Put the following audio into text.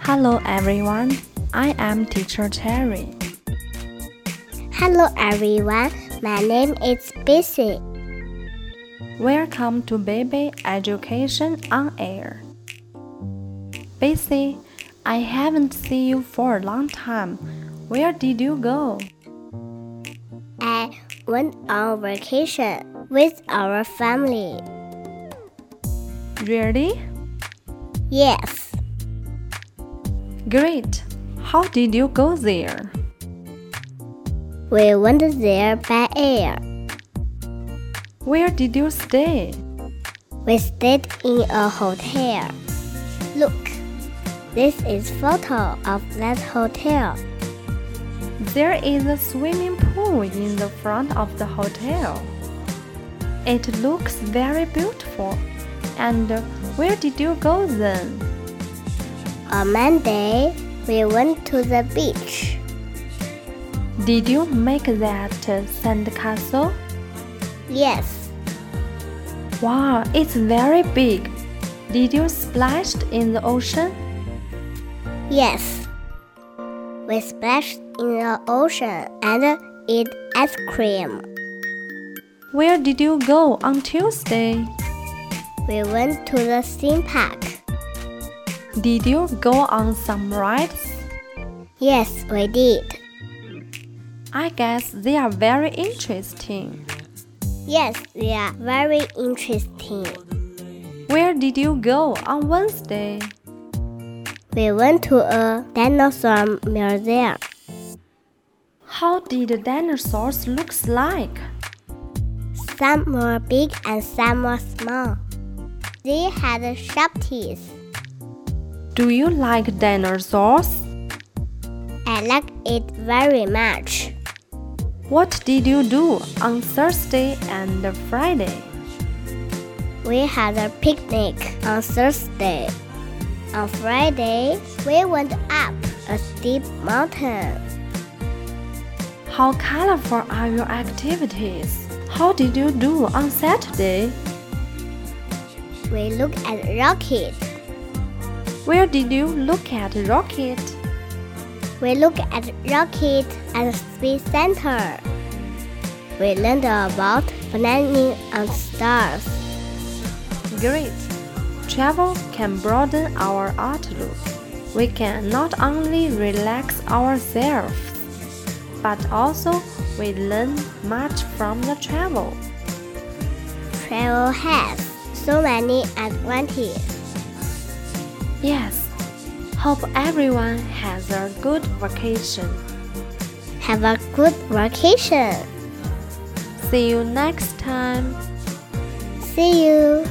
Hello everyone, I am teacher Terry. Hello everyone, my name is Bissy. Welcome to Baby Education on Air. Basie, I haven't seen you for a long time. Where did you go? I went on vacation with our family. Really? Yes, Great. How did you go there? we went there by air. Where did you stay? We stayed in a hotel. Look, this is photo of that hotel. There is a swimming pool in the front of the hotel. It looks very beautiful. And where did you go then? On Monday, we went to the beach. Did you make that sand castle? Yes, Wow, it's very big. Did you splash in the ocean? yes. We splashed in the ocean and ate ice cream. Where did you go on Tuesday? We went to the theme park. Did you go on some rides? Yes, we did. I guess they are very interesting. Yes, they are very interesting. Where did you go on Wednesday? We went to a dinosaur museum. How did dinosaurs looks like? Some were big and some were small. They had sharp teeth. Do you like dinosaurs? I like it very much. What did you do on Thursday and Friday? We had a picnic on Thursday. On Friday, we went up a steep mountain. How colorful are your activities? How did you do on Saturday? We looked at rockets. Where did you look at Rocket? We look at rocket at space center. We learned about planning and stars. Great! Travel can broaden our outlook. We can not only relax ourselves, but also we learn much from the travel. Travel has so many advantages. Yes, hope everyone has a good vacation. Have a good vacation. See you next time. See you.